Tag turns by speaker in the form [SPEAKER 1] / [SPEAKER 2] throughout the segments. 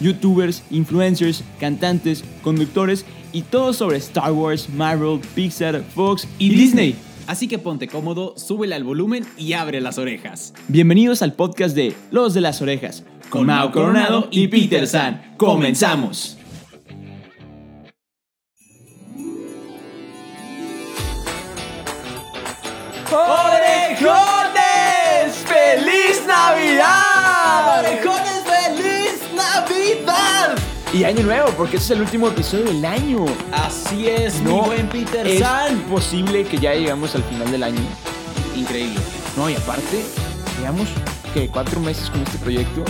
[SPEAKER 1] youtubers, influencers, cantantes, conductores y todo sobre Star Wars, Marvel, Pixar, Fox y, Disney.
[SPEAKER 2] Así que ponte cómodo, súbele al volumen y abre las orejas.
[SPEAKER 1] Bienvenidos al podcast de Los de las Orejas con Mao Coronado y Peter San. ¡Comenzamos! ¡Orejones! ¡Feliz Navidad!
[SPEAKER 3] ¡Orejones, feliz Navidad!
[SPEAKER 1] Y año nuevo, porque este es el último episodio del año.
[SPEAKER 2] Así es,
[SPEAKER 1] No,
[SPEAKER 2] mi buen Peter
[SPEAKER 1] Es
[SPEAKER 2] San.
[SPEAKER 1] posible que ya llegamos al final del año.
[SPEAKER 2] Increíble.
[SPEAKER 1] No, y aparte, llevamos que cuatro meses con este proyecto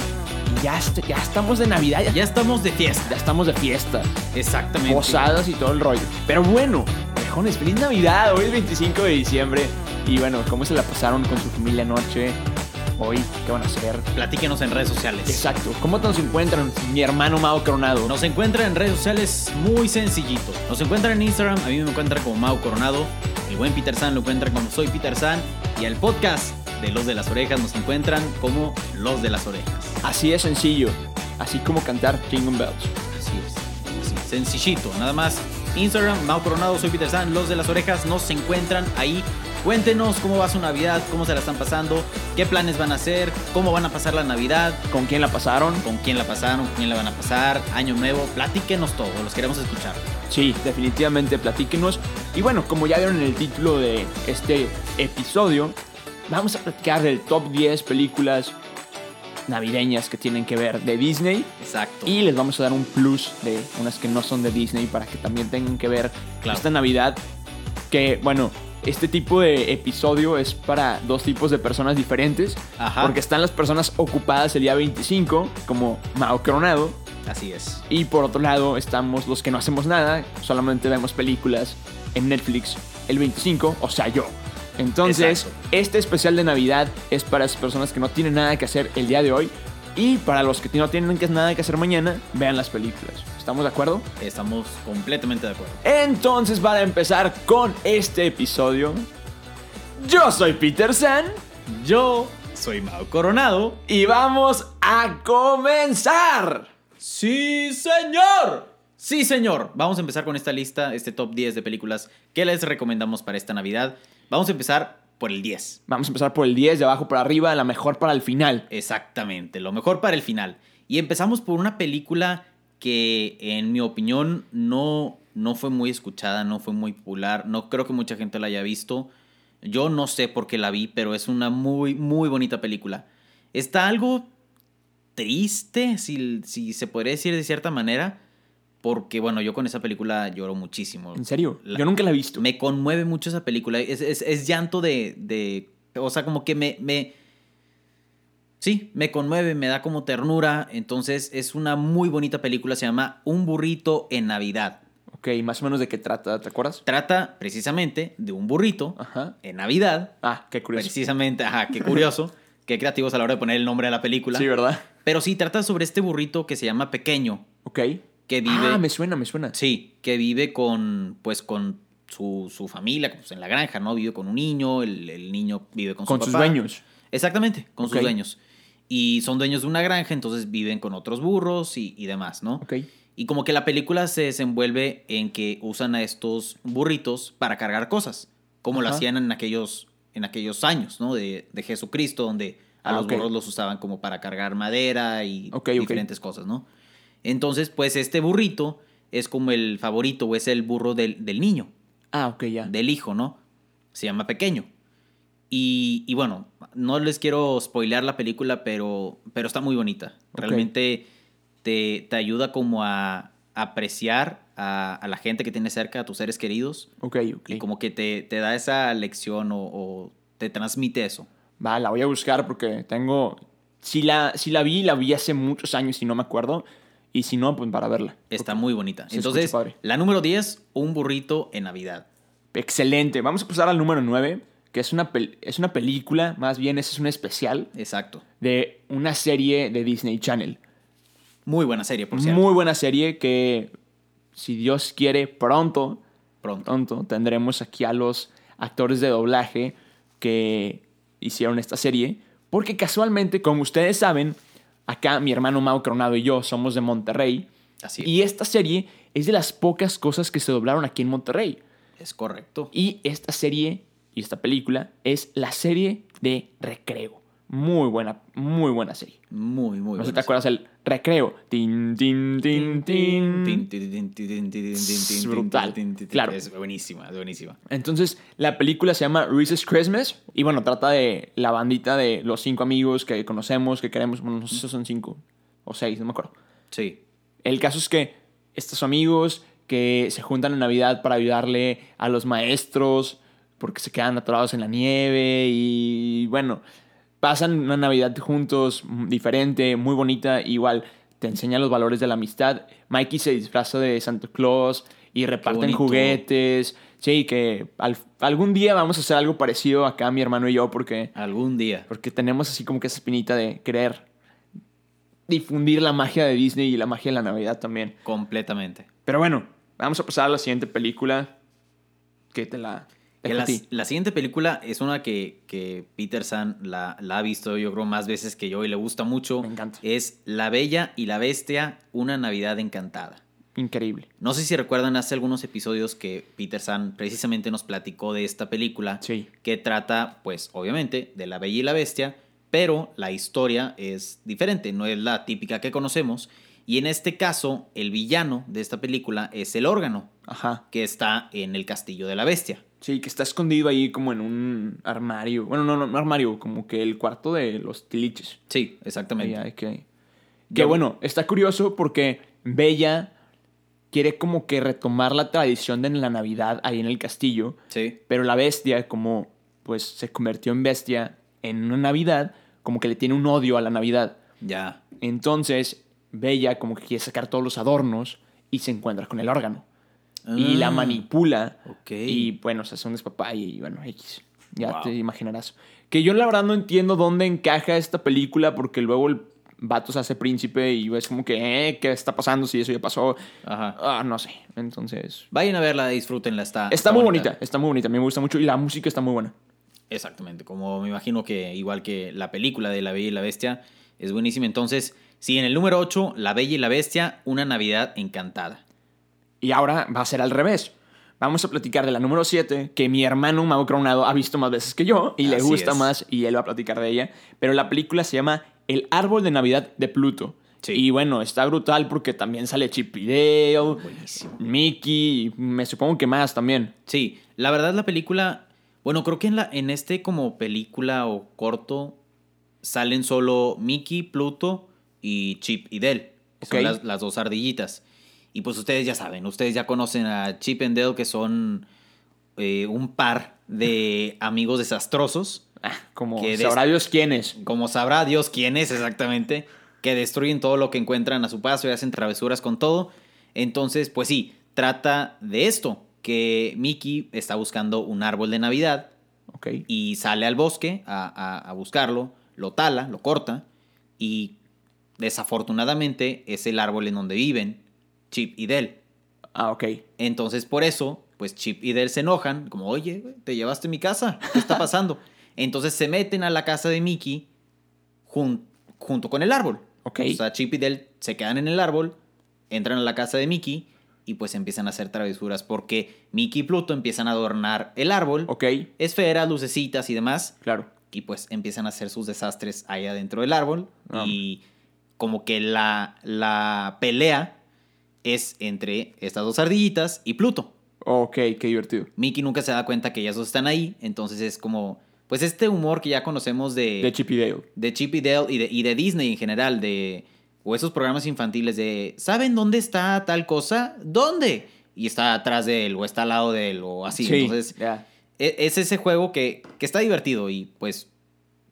[SPEAKER 1] y ya, est- ya estamos de Navidad, ya,
[SPEAKER 2] Ya estamos de fiesta.
[SPEAKER 1] ya estamos de fiesta,
[SPEAKER 2] Exactamente.
[SPEAKER 1] posadas y todo el rollo. Pero bueno, orejones, feliz Navidad, hoy es 25 de diciembre. Y bueno, ¿cómo se la pasaron con su familia anoche? Hoy, ¿qué van a hacer?
[SPEAKER 2] Platíquenos en redes sociales.
[SPEAKER 1] Exacto, ¿cómo nos encuentran? Mi hermano Mao Coronado.
[SPEAKER 2] Nos encuentran en redes sociales muy sencillito. Nos encuentran en Instagram, a mí me encuentran como Mau Coronado. El buen Peter San lo encuentran como Soy Peter San. Y al podcast de Los de las Orejas nos encuentran como Los de las Orejas.
[SPEAKER 1] Así de sencillo, así como cantar Jingle Bells.
[SPEAKER 2] Así es. así, sencillito, nada más. Instagram, Mau Coronado, soy Peter San, los de las orejas nos encuentran ahí. Cuéntenos cómo va su Navidad, cómo se la están pasando, qué planes van a hacer, cómo van a pasar la Navidad,
[SPEAKER 1] ¿Con quién la pasaron?
[SPEAKER 2] con quién la pasaron, con quién la van a pasar, año nuevo, platíquenos todo, los queremos escuchar.
[SPEAKER 1] Sí, definitivamente, platíquenos. Y bueno, como ya vieron en el título de este episodio, vamos a platicar del top 10 películas navideñas que tienen que ver de Disney.
[SPEAKER 2] Exacto.
[SPEAKER 1] Y les vamos a dar un plus de unas que no son de Disney para que también tengan que ver
[SPEAKER 2] Claro.
[SPEAKER 1] esta Navidad. Que bueno, este tipo de episodio es para dos tipos de personas diferentes.
[SPEAKER 2] Ajá.
[SPEAKER 1] Porque están las personas ocupadas el día 25, como Mao Coronado,
[SPEAKER 2] Así es.
[SPEAKER 1] y por otro lado estamos los que no hacemos nada, solamente vemos películas en Netflix el 25, o sea yo. Entonces,
[SPEAKER 2] Exacto.
[SPEAKER 1] este especial de Navidad es para esas personas que no tienen nada que hacer el día de hoy y para los que no tienen que- nada que hacer mañana, vean las películas. ¿Estamos de acuerdo?
[SPEAKER 2] Estamos completamente de acuerdo.
[SPEAKER 1] Entonces, para empezar con este episodio, yo soy Peter San
[SPEAKER 2] Yo soy Mau Coronado.
[SPEAKER 1] y vamos a comenzar.
[SPEAKER 2] ¡Sí, señor! Sí, señor. Vamos a empezar con esta lista, este top 10 de películas que les recomendamos para esta Navidad. Vamos a empezar por el 10.
[SPEAKER 1] Vamos a empezar por el 10 de abajo para arriba, la mejor para el final.
[SPEAKER 2] Exactamente, lo mejor para el final. Y empezamos por una película que, en mi opinión, no, no fue muy escuchada, no fue muy popular. No creo que mucha gente la haya visto. Yo no sé por qué la vi, pero es una muy, muy bonita película. Está algo triste, si, si se podría decir de cierta manera, porque, bueno, yo con esa película lloro muchísimo.
[SPEAKER 1] ¿En serio?
[SPEAKER 2] La-
[SPEAKER 1] Yo nunca la he visto.
[SPEAKER 2] Me conmueve mucho esa película. Es, es- es llanto de, de- O sea, como que me, me. Sí, me conmueve, me da como ternura. Entonces, es una muy bonita película. Se llama Un burrito en Navidad.
[SPEAKER 1] Ok, más o menos de qué trata, ¿te acuerdas?
[SPEAKER 2] Trata precisamente de un burrito
[SPEAKER 1] Ajá.
[SPEAKER 2] en Navidad.
[SPEAKER 1] Ah, qué curioso. Sí,
[SPEAKER 2] Precisamente, ajá, qué curioso. qué creativos a la hora de poner el nombre a la película.
[SPEAKER 1] ¿verdad?
[SPEAKER 2] Pero sí, trata sobre este burrito que se llama Pequeño,
[SPEAKER 1] Ok.
[SPEAKER 2] que vive.
[SPEAKER 1] Ah, me suena, me suena.
[SPEAKER 2] Sí, que vive con, pues, con su, su familia, pues, en la granja, ¿no? Vive con un niño, el, el niño vive con,
[SPEAKER 1] Con
[SPEAKER 2] su
[SPEAKER 1] sus
[SPEAKER 2] papá.
[SPEAKER 1] dueños.
[SPEAKER 2] Exactamente, con
[SPEAKER 1] Ok.
[SPEAKER 2] sus dueños. Y son dueños de una granja, entonces viven con otros burros y, y demás, ¿no?
[SPEAKER 1] Ok.
[SPEAKER 2] Y como que la película se desenvuelve en que usan a estos burritos para cargar cosas, como lo
[SPEAKER 1] Ajá.
[SPEAKER 2] hacían en aquellos, en aquellos años, ¿no? De, de Jesucristo, donde a
[SPEAKER 1] Ah,
[SPEAKER 2] los
[SPEAKER 1] ok.
[SPEAKER 2] burros los usaban como para cargar madera y
[SPEAKER 1] Ok, ok.
[SPEAKER 2] diferentes cosas, ¿no? Entonces, pues este burrito es como el favorito o es el burro del, del niño,
[SPEAKER 1] Ah, ok, ya.
[SPEAKER 2] del hijo, ¿no? Se llama Pequeño. Y, y bueno, no les quiero spoilear la película, pero, pero está muy bonita.
[SPEAKER 1] Ok.
[SPEAKER 2] Realmente te, te ayuda como a apreciar a, a la gente que tienes cerca, a tus seres queridos,
[SPEAKER 1] Ok, ok.
[SPEAKER 2] y como que te, te da esa lección o, o te transmite eso.
[SPEAKER 1] Va, la voy a buscar porque tengo... Sí la, sí la vi, la vi hace muchos años y no me acuerdo. Y si no, pues para verla.
[SPEAKER 2] Está muy bonita.
[SPEAKER 1] se
[SPEAKER 2] Entonces,
[SPEAKER 1] escucha padre.
[SPEAKER 2] la número 10, un burrito en Navidad.
[SPEAKER 1] Excelente. Vamos a pasar al número 9, que es una, pel- es una película, más bien ese es un especial
[SPEAKER 2] Exacto.
[SPEAKER 1] de una serie de Disney Channel.
[SPEAKER 2] Muy buena serie, por cierto.
[SPEAKER 1] Muy buena serie que, si Dios quiere, pronto,
[SPEAKER 2] Pronto.
[SPEAKER 1] pronto tendremos aquí a los actores de doblaje que hicieron esta serie. Porque casualmente, como ustedes saben, acá mi hermano Mau Coronado y yo somos de Monterrey.
[SPEAKER 2] Así
[SPEAKER 1] Y esta serie es de las pocas cosas que se doblaron aquí en Monterrey.
[SPEAKER 2] es correcto.
[SPEAKER 1] Y esta serie y esta película es la serie de Recreo. Muy buena, muy buena serie.
[SPEAKER 2] Muy, muy
[SPEAKER 1] no sé si
[SPEAKER 2] buena.
[SPEAKER 1] te acuerdas el Recreo. Tin, tin, tin, tin. Es brutal. Claro.
[SPEAKER 2] Es buenísima, es buenísima.
[SPEAKER 1] Entonces, la película se llama Reese's Christmas. Y bueno, trata de la bandita de los cinco amigos que conocemos, que queremos. Bueno, no sé si son cinco o seis, no me acuerdo.
[SPEAKER 2] Sí.
[SPEAKER 1] El caso es que estos amigos que se juntan en Navidad para ayudarle a los maestros porque se quedan atorados en la nieve y bueno, pasan una Navidad juntos mm, diferente, muy bonita, igual te enseña los valores de la amistad. Mikey se disfraza de Santa Claus y reparten
[SPEAKER 2] bonito.
[SPEAKER 1] juguetes. Sí, que al- algún día vamos a hacer algo parecido acá mi hermano y yo porque
[SPEAKER 2] Algún día.
[SPEAKER 1] porque tenemos así como que esa espinita de querer difundir la magia de Disney y la magia de la Navidad también.
[SPEAKER 2] Completamente.
[SPEAKER 1] Pero bueno, vamos a pasar a la siguiente película que te la...
[SPEAKER 2] Que
[SPEAKER 1] dejo a
[SPEAKER 2] la,
[SPEAKER 1] ti.
[SPEAKER 2] la siguiente película es una que, que Peter San la, la ha visto, yo creo, más veces que yo y le gusta mucho.
[SPEAKER 1] Me encanta.
[SPEAKER 2] Es La Bella y la Bestia, una Navidad encantada.
[SPEAKER 1] Increíble.
[SPEAKER 2] No sé si recuerdan hace algunos episodios que Peter San precisamente nos platicó de esta película.
[SPEAKER 1] Sí.
[SPEAKER 2] que trata, pues obviamente, de la Bella y la Bestia, pero la historia es diferente, no es la típica que conocemos. Y en este caso, el villano de esta película es el órgano,
[SPEAKER 1] Ajá.
[SPEAKER 2] que está en el castillo de la bestia.
[SPEAKER 1] Sí, que está escondido ahí como en un armario. Bueno, no, no, no armario, como que el cuarto de los tiliches.
[SPEAKER 2] Sí, exactamente.
[SPEAKER 1] Ahí hay que... Que
[SPEAKER 2] Yo-
[SPEAKER 1] bueno, está curioso porque Bella quiere como que retomar la tradición de la Navidad ahí en el castillo.
[SPEAKER 2] Sí,
[SPEAKER 1] Pero la bestia, como pues se convirtió en bestia en una Navidad, como que le tiene un odio a la Navidad.
[SPEAKER 2] ya.
[SPEAKER 1] Entonces, Bella como que quiere sacar todos los adornos y se encuentra con el órgano. Y la
[SPEAKER 2] Ah,
[SPEAKER 1] manipula.
[SPEAKER 2] ok.
[SPEAKER 1] Y bueno, se hace un despapay y bueno, X. Ya
[SPEAKER 2] Wow.
[SPEAKER 1] te imaginarás. Que yo la verdad no entiendo dónde encaja esta película porque luego el vato se hace príncipe y es como que, eh, ¿qué está pasando si eso ya pasó?
[SPEAKER 2] Ajá.
[SPEAKER 1] Ah, no sé. Entonces...
[SPEAKER 2] Vayan a verla, disfrútenla. Ah, Está,
[SPEAKER 1] Está muy bonita, está muy bonita, me gusta mucho y la música está muy buena.
[SPEAKER 2] Exactamente, como me imagino que igual que la película de La Bella y la Bestia, es buenísima. Entonces, sí, en el número 8, La Bella y la Bestia, una Navidad encantada.
[SPEAKER 1] Y ahora va a ser al revés. Vamos a platicar de la número 7, que mi hermano Mau Coronado ha visto más veces que yo y le
[SPEAKER 2] Así
[SPEAKER 1] gusta
[SPEAKER 2] es.
[SPEAKER 1] más y él va a platicar de ella. Pero la película se llama El árbol de Navidad de Pluto.
[SPEAKER 2] Sí.
[SPEAKER 1] Y bueno, está brutal porque también sale Chip y Dale,
[SPEAKER 2] Buenísimo.
[SPEAKER 1] Mickey, y me supongo que más también.
[SPEAKER 2] Sí, la verdad la película, bueno, creo que en, la, en este como película o corto salen solo Mickey, Pluto y Chip y Dale, que
[SPEAKER 1] Ok.
[SPEAKER 2] son las, las dos ardillitas. Y pues ustedes ya saben, ustedes ya conocen a Chip y Dale, que son eh, un par de amigos desastrosos,
[SPEAKER 1] Ah, como
[SPEAKER 2] Que des-
[SPEAKER 1] sabrá Dios quién es.
[SPEAKER 2] como sabrá Dios quién es exactamente, que destruyen todo lo que encuentran a su paso y hacen travesuras con todo. Entonces, pues sí, trata de esto, que Mickey está buscando un árbol de Navidad
[SPEAKER 1] Ok.
[SPEAKER 2] y sale al bosque a, a- a buscarlo, lo tala, lo corta y desafortunadamente es el árbol en donde viven Chip y Dell.
[SPEAKER 1] Ah, ok.
[SPEAKER 2] Entonces por eso, pues Chip y Dell se enojan, como, oye, güey, te llevaste mi casa, ¿qué está pasando? Entonces se meten a la casa de Mickey jun- junto con el árbol.
[SPEAKER 1] Ok.
[SPEAKER 2] O sea, Chip y Dell se quedan en el árbol, entran a la casa de Mickey y pues empiezan a hacer travesuras porque Mickey y Pluto empiezan a adornar el árbol,
[SPEAKER 1] Ok,
[SPEAKER 2] esferas, lucecitas y demás.
[SPEAKER 1] claro.
[SPEAKER 2] Y pues empiezan a hacer sus desastres ahí adentro del árbol.
[SPEAKER 1] Ah.
[SPEAKER 2] Y como que la, la pelea es entre estas dos ardillitas y Pluto.
[SPEAKER 1] Ok, qué divertido.
[SPEAKER 2] Mickey nunca se da cuenta que ellas dos están ahí. Entonces es como, pues este humor que ya conocemos de,
[SPEAKER 1] De Chip y Dale.
[SPEAKER 2] de Chip y Dale y de, y de Disney en general, de, o esos programas infantiles de, ¿saben dónde está tal cosa? ¿Dónde? Y está atrás de él, o está al lado de él, o así. Entonces
[SPEAKER 1] ya.
[SPEAKER 2] e- es ese juego que, que está divertido y pues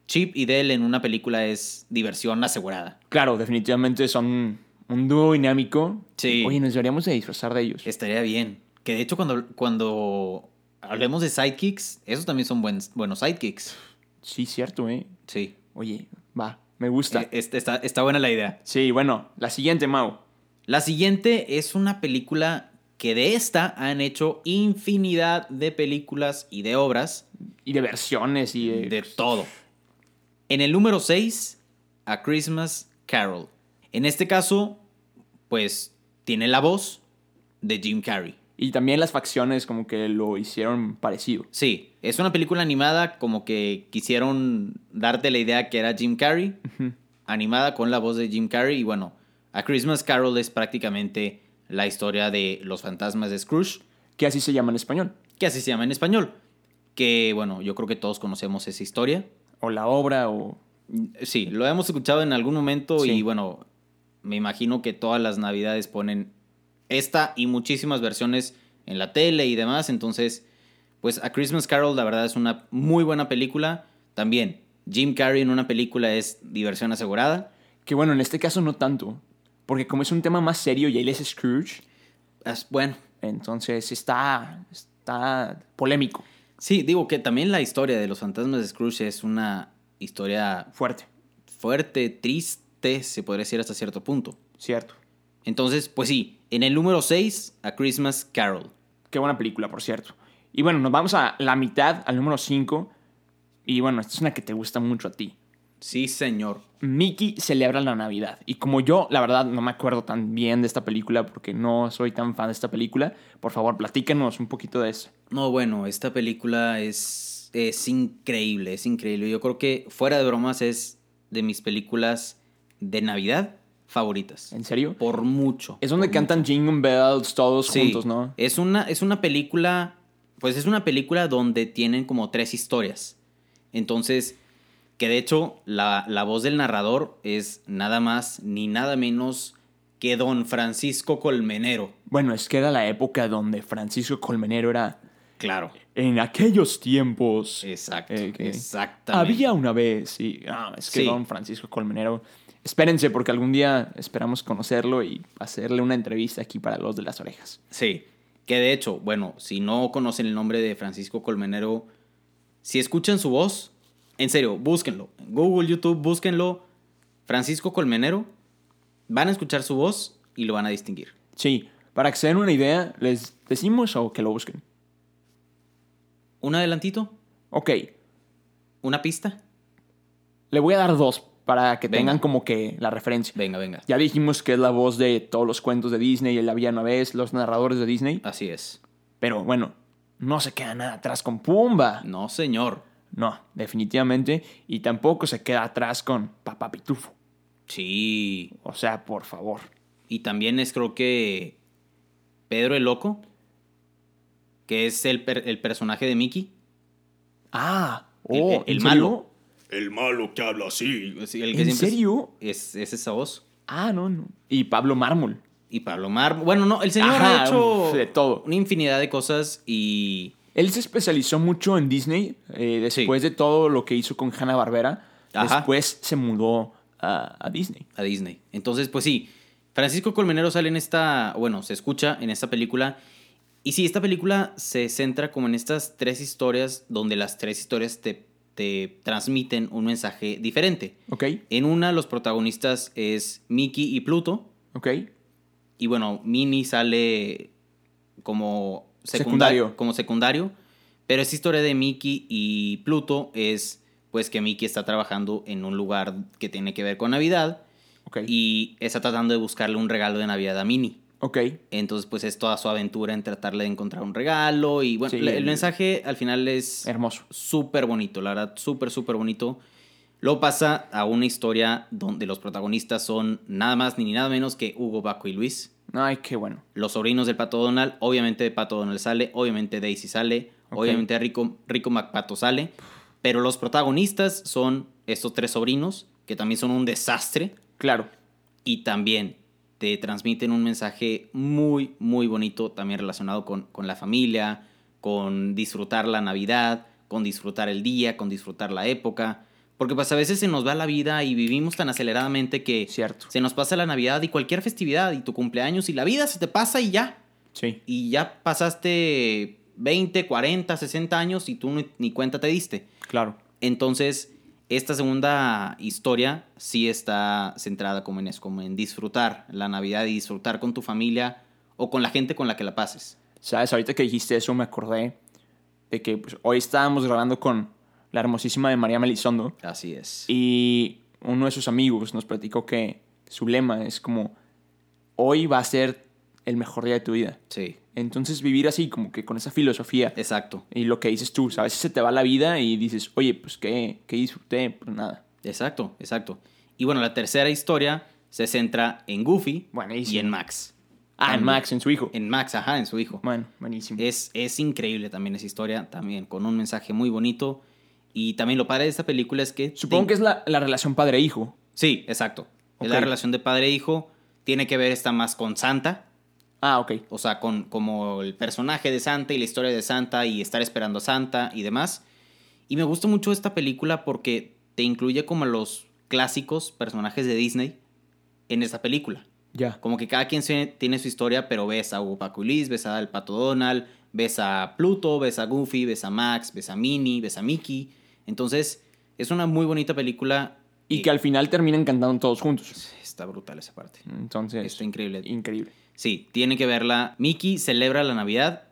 [SPEAKER 2] Chip y Dale en una película es diversión asegurada.
[SPEAKER 1] Claro, definitivamente son un dúo dinámico.
[SPEAKER 2] Sí.
[SPEAKER 1] Oye, nos deberíamos de disfrazar de ellos.
[SPEAKER 2] Estaría bien. Que de hecho, cuando, cuando hablemos de sidekicks, esos también son buen- buenos sidekicks.
[SPEAKER 1] Sí, cierto, ¿eh?
[SPEAKER 2] Sí.
[SPEAKER 1] Oye, va, me gusta.
[SPEAKER 2] Eh, es- está, está buena la idea.
[SPEAKER 1] sí, bueno, la siguiente, Mau.
[SPEAKER 2] La siguiente es una película que de esta han hecho infinidad de películas y de obras.
[SPEAKER 1] Y de versiones y de...
[SPEAKER 2] de todo. En el número 6, A Christmas Carol. En este caso, pues tiene la voz de Jim Carrey.
[SPEAKER 1] Y también las facciones como que lo hicieron parecido.
[SPEAKER 2] Sí, es una película animada como que quisieron darte la idea que era Jim Carrey, animada con la voz de Jim Carrey y bueno, A Christmas Carol es prácticamente la historia de los fantasmas de Scrooge,
[SPEAKER 1] Que así se llama en español.
[SPEAKER 2] que así se llama en español, que bueno, yo creo que todos conocemos esa historia.
[SPEAKER 1] O la obra o...
[SPEAKER 2] Sí, lo hemos escuchado en algún momento
[SPEAKER 1] Sí.
[SPEAKER 2] y bueno, me imagino que todas las navidades ponen esta y muchísimas versiones en la tele y demás, entonces, pues A Christmas Carol la verdad es una muy buena película. También, Jim Carrey en una película es diversión asegurada.
[SPEAKER 1] Que bueno, en este caso no tanto. Porque como es un tema más serio y él es Scrooge,
[SPEAKER 2] Es- bueno,
[SPEAKER 1] entonces está... Está polémico,
[SPEAKER 2] sí, digo que también la historia de los fantasmas de Scrooge es una historia
[SPEAKER 1] fuerte,
[SPEAKER 2] fuerte, triste, se podría decir hasta cierto punto.
[SPEAKER 1] cierto.
[SPEAKER 2] Entonces, pues sí, en el número 6, A Christmas Carol.
[SPEAKER 1] Qué buena película, por cierto. Y bueno, nos vamos a la mitad, al número 5. Y bueno, esta es una que te gusta mucho a ti.
[SPEAKER 2] Sí, señor.
[SPEAKER 1] Mickey celebra la Navidad. Y como yo, la verdad, no me acuerdo tan bien de esta película porque no soy tan fan de esta película, por favor, platícanos un poquito de eso.
[SPEAKER 2] No, bueno, esta película es, es increíble, es increíble. Yo creo que, fuera de bromas, es de mis películas de Navidad favoritas.
[SPEAKER 1] ¿En serio?
[SPEAKER 2] Por mucho.
[SPEAKER 1] Es donde
[SPEAKER 2] por
[SPEAKER 1] cantan Jingle Bells todos
[SPEAKER 2] mucho. Sí,
[SPEAKER 1] juntos, ¿no?
[SPEAKER 2] Es una, es una película, pues es una película donde tienen como tres historias. Entonces, que de hecho la, la voz del narrador es nada más ni nada menos que don Francisco Colmenero.
[SPEAKER 1] Bueno, es que era la época donde Francisco Colmenero era...
[SPEAKER 2] Claro.
[SPEAKER 1] En aquellos tiempos...
[SPEAKER 2] Exacto.
[SPEAKER 1] Eh, que-
[SPEAKER 2] Exactamente.
[SPEAKER 1] Había una vez y... ah, es que
[SPEAKER 2] Sí.
[SPEAKER 1] don Francisco Colmenero... Espérense porque algún día esperamos conocerlo y hacerle una entrevista aquí para los de las orejas.
[SPEAKER 2] Sí, que de hecho, bueno, si no conocen el nombre de Francisco Colmenero, si escuchan su voz, en serio, búsquenlo. En Google, YouTube, búsquenlo. Francisco Colmenero, van a escuchar su voz y lo van a distinguir.
[SPEAKER 1] Sí, para que se den una idea, les decimos o que lo busquen.
[SPEAKER 2] Un adelantito,
[SPEAKER 1] Ok,
[SPEAKER 2] una pista.
[SPEAKER 1] le voy a dar dos para que
[SPEAKER 2] Venga.
[SPEAKER 1] tengan como que la referencia.
[SPEAKER 2] Venga, venga.
[SPEAKER 1] Ya dijimos que es la voz de todos los cuentos de Disney, el había una vez, los narradores de Disney.
[SPEAKER 2] Así es.
[SPEAKER 1] Pero bueno, no se queda nada atrás con Pumba.
[SPEAKER 2] No, señor.
[SPEAKER 1] No, definitivamente. Y tampoco se queda atrás con Papá Pitufo.
[SPEAKER 2] Sí.
[SPEAKER 1] O sea, por favor.
[SPEAKER 2] Y también es creo que Pedro el Loco, que es el, per- el personaje de Mickey.
[SPEAKER 1] Ah, oh,
[SPEAKER 2] El- el-
[SPEAKER 1] ¿en
[SPEAKER 2] el
[SPEAKER 1] serio?
[SPEAKER 2] malo.
[SPEAKER 4] El malo que habla así.
[SPEAKER 2] Sí, el que
[SPEAKER 1] ¿En
[SPEAKER 2] siempre es-
[SPEAKER 1] serio?
[SPEAKER 2] Es, es esa voz.
[SPEAKER 1] Ah, no, no. Y Pablo Mármol.
[SPEAKER 2] Y Pablo Mar. Bueno, no, el señor
[SPEAKER 1] Ajá,
[SPEAKER 2] ha hecho
[SPEAKER 1] uf, de todo.
[SPEAKER 2] una infinidad de cosas y.
[SPEAKER 1] Él se especializó mucho en Disney eh, después de todo lo que hizo con Hanna Barbera.
[SPEAKER 2] Ajá.
[SPEAKER 1] Después se mudó a, a Disney.
[SPEAKER 2] a Disney. Entonces, pues sí, Francisco Colmenero sale en esta, bueno, se escucha en esta película. Y sí, esta película se centra como en estas tres historias donde las tres historias te, te transmiten un mensaje diferente.
[SPEAKER 1] ¿Ok?
[SPEAKER 2] En una, los protagonistas es Mickey y Pluto.
[SPEAKER 1] ¿Ok?
[SPEAKER 2] Y bueno, Minnie sale como
[SPEAKER 1] Secundario.
[SPEAKER 2] secundario. Como secundario. Pero esta historia de Mickey y Pluto es pues que Mickey está trabajando en un lugar que tiene que ver con Navidad
[SPEAKER 1] ¿Ok?
[SPEAKER 2] y está tratando de buscarle un regalo de Navidad a Minnie.
[SPEAKER 1] ¿Ok?
[SPEAKER 2] Entonces pues es toda su aventura en tratarle de encontrar un regalo y bueno,
[SPEAKER 1] Sí,
[SPEAKER 2] el, el
[SPEAKER 1] el-
[SPEAKER 2] mensaje al final es
[SPEAKER 1] Hermoso.
[SPEAKER 2] súper bonito, la verdad, súper, súper bonito. Luego pasa a una historia donde los protagonistas son nada más ni nada menos que Hugo, Baco y Luis
[SPEAKER 1] Ay, qué bueno.
[SPEAKER 2] los sobrinos del Pato Donald, obviamente Pato Donald sale, obviamente Daisy sale,
[SPEAKER 1] Ok.
[SPEAKER 2] obviamente Rico, Rico McPato sale, pero los protagonistas son estos tres sobrinos, que también son un desastre
[SPEAKER 1] Claro.
[SPEAKER 2] y también te transmiten un mensaje muy, muy bonito, también relacionado con, con la familia, con disfrutar la Navidad, con disfrutar el día, con disfrutar la época. Porque pues a veces se nos va la vida y vivimos tan aceleradamente que
[SPEAKER 1] Cierto.
[SPEAKER 2] se nos pasa la Navidad y cualquier festividad y tu cumpleaños y la vida se te pasa y ya.
[SPEAKER 1] Sí.
[SPEAKER 2] Y ya pasaste 20, 40, 60 años y tú ni, ni cuenta te diste.
[SPEAKER 1] Claro.
[SPEAKER 2] Entonces, esta segunda historia sí está centrada como en eso, como en disfrutar la Navidad y disfrutar con tu familia o con la gente con la que la pases.
[SPEAKER 1] Sabes, ahorita que dijiste eso me acordé de que pues, hoy estábamos grabando con la hermosísima de María Melizondo
[SPEAKER 2] Así es.
[SPEAKER 1] y uno de sus amigos nos platicó que su lema es como hoy va a ser el mejor día de tu vida.
[SPEAKER 2] Sí,
[SPEAKER 1] Entonces vivir así como que con esa filosofía
[SPEAKER 2] exacto,
[SPEAKER 1] y lo que dices tú, a veces se te va la vida y dices, oye, pues qué, qué disfruté, pues nada.
[SPEAKER 2] exacto, exacto. Y bueno, la tercera historia se centra en Goofy
[SPEAKER 1] Buenísimo.
[SPEAKER 2] y en Max.
[SPEAKER 1] Ah, en
[SPEAKER 2] También.
[SPEAKER 1] Max, en su hijo.
[SPEAKER 2] En Max, Eh, ajá, en su hijo.
[SPEAKER 1] Bueno, buenísimo.
[SPEAKER 2] Es, es increíble también esa historia, también con un mensaje muy bonito. Y también lo padre de esta película es que...
[SPEAKER 1] Supongo
[SPEAKER 2] te-
[SPEAKER 1] que es la, la relación padre-hijo.
[SPEAKER 2] Sí, exacto. Es la
[SPEAKER 1] Ok.
[SPEAKER 2] relación de padre e hijo. Tiene que ver esta más con Santa,
[SPEAKER 1] Ah, ok.
[SPEAKER 2] o sea, con como el personaje de Santa y la historia de Santa y estar esperando a Santa y demás. Y me gusta mucho esta película porque te incluye como los clásicos personajes de Disney en esta película.
[SPEAKER 1] Ya.
[SPEAKER 2] Como que cada quien se- tiene su historia, pero ves a Hugo Paculis, ves al Pato Donald, ves a Pluto, ves a Goofy, ves a Max, ves a Minnie, ves a Mickey. Entonces, es una muy bonita película. pues,
[SPEAKER 1] Y que al final terminan cantando todos juntos.
[SPEAKER 2] Está brutal esa parte.
[SPEAKER 1] Entonces,
[SPEAKER 2] Está increíble.
[SPEAKER 1] increíble.
[SPEAKER 2] Sí, tienen que verla. Mickey celebra la Navidad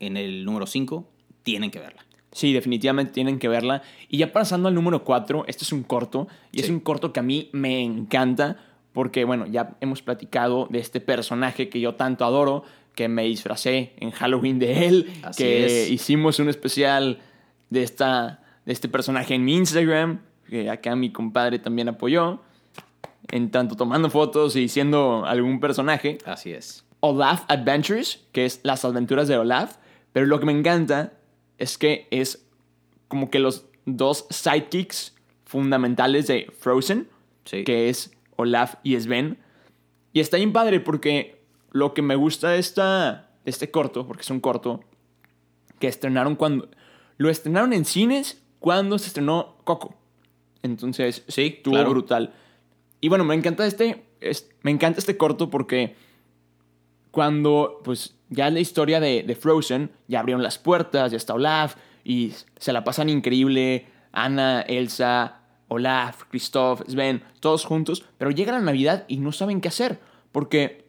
[SPEAKER 2] en el número 5. Tienen que verla.
[SPEAKER 1] Sí, definitivamente tienen que verla. Y ya pasando al número 4, este es un corto. Y es
[SPEAKER 2] Sí.
[SPEAKER 1] un corto que a mí me encanta. Porque, bueno, ya hemos platicado de este personaje que yo tanto adoro. Que me disfracé en Halloween de él.
[SPEAKER 2] Así
[SPEAKER 1] que
[SPEAKER 2] es.
[SPEAKER 1] hicimos un especial de, esta, de este personaje en mi Instagram. Que acá mi compadre también apoyó. En tanto tomando fotos y siendo algún personaje.
[SPEAKER 2] Así es.
[SPEAKER 1] Olaf Adventures, que es las aventuras de Olaf. Pero lo que me encanta es que es como que los dos sidekicks fundamentales de Frozen,
[SPEAKER 2] Sí.
[SPEAKER 1] que es Olaf y Sven. Y está bien padre porque lo que me gusta de, esta, de este corto, porque es un corto, que estrenaron cuando... Lo estrenaron en cines cuando se estrenó Coco. Entonces, sí, estuvo
[SPEAKER 2] claro.
[SPEAKER 1] brutal. Y bueno, me encanta este, es- me encanta este corto porque cuando pues ya la historia de, de Frozen, ya abrieron las puertas, ya está Olaf y se la pasan increíble, Ana, Elsa, Olaf, Kristoff, Sven, todos juntos, pero llega la Navidad y no saben qué hacer porque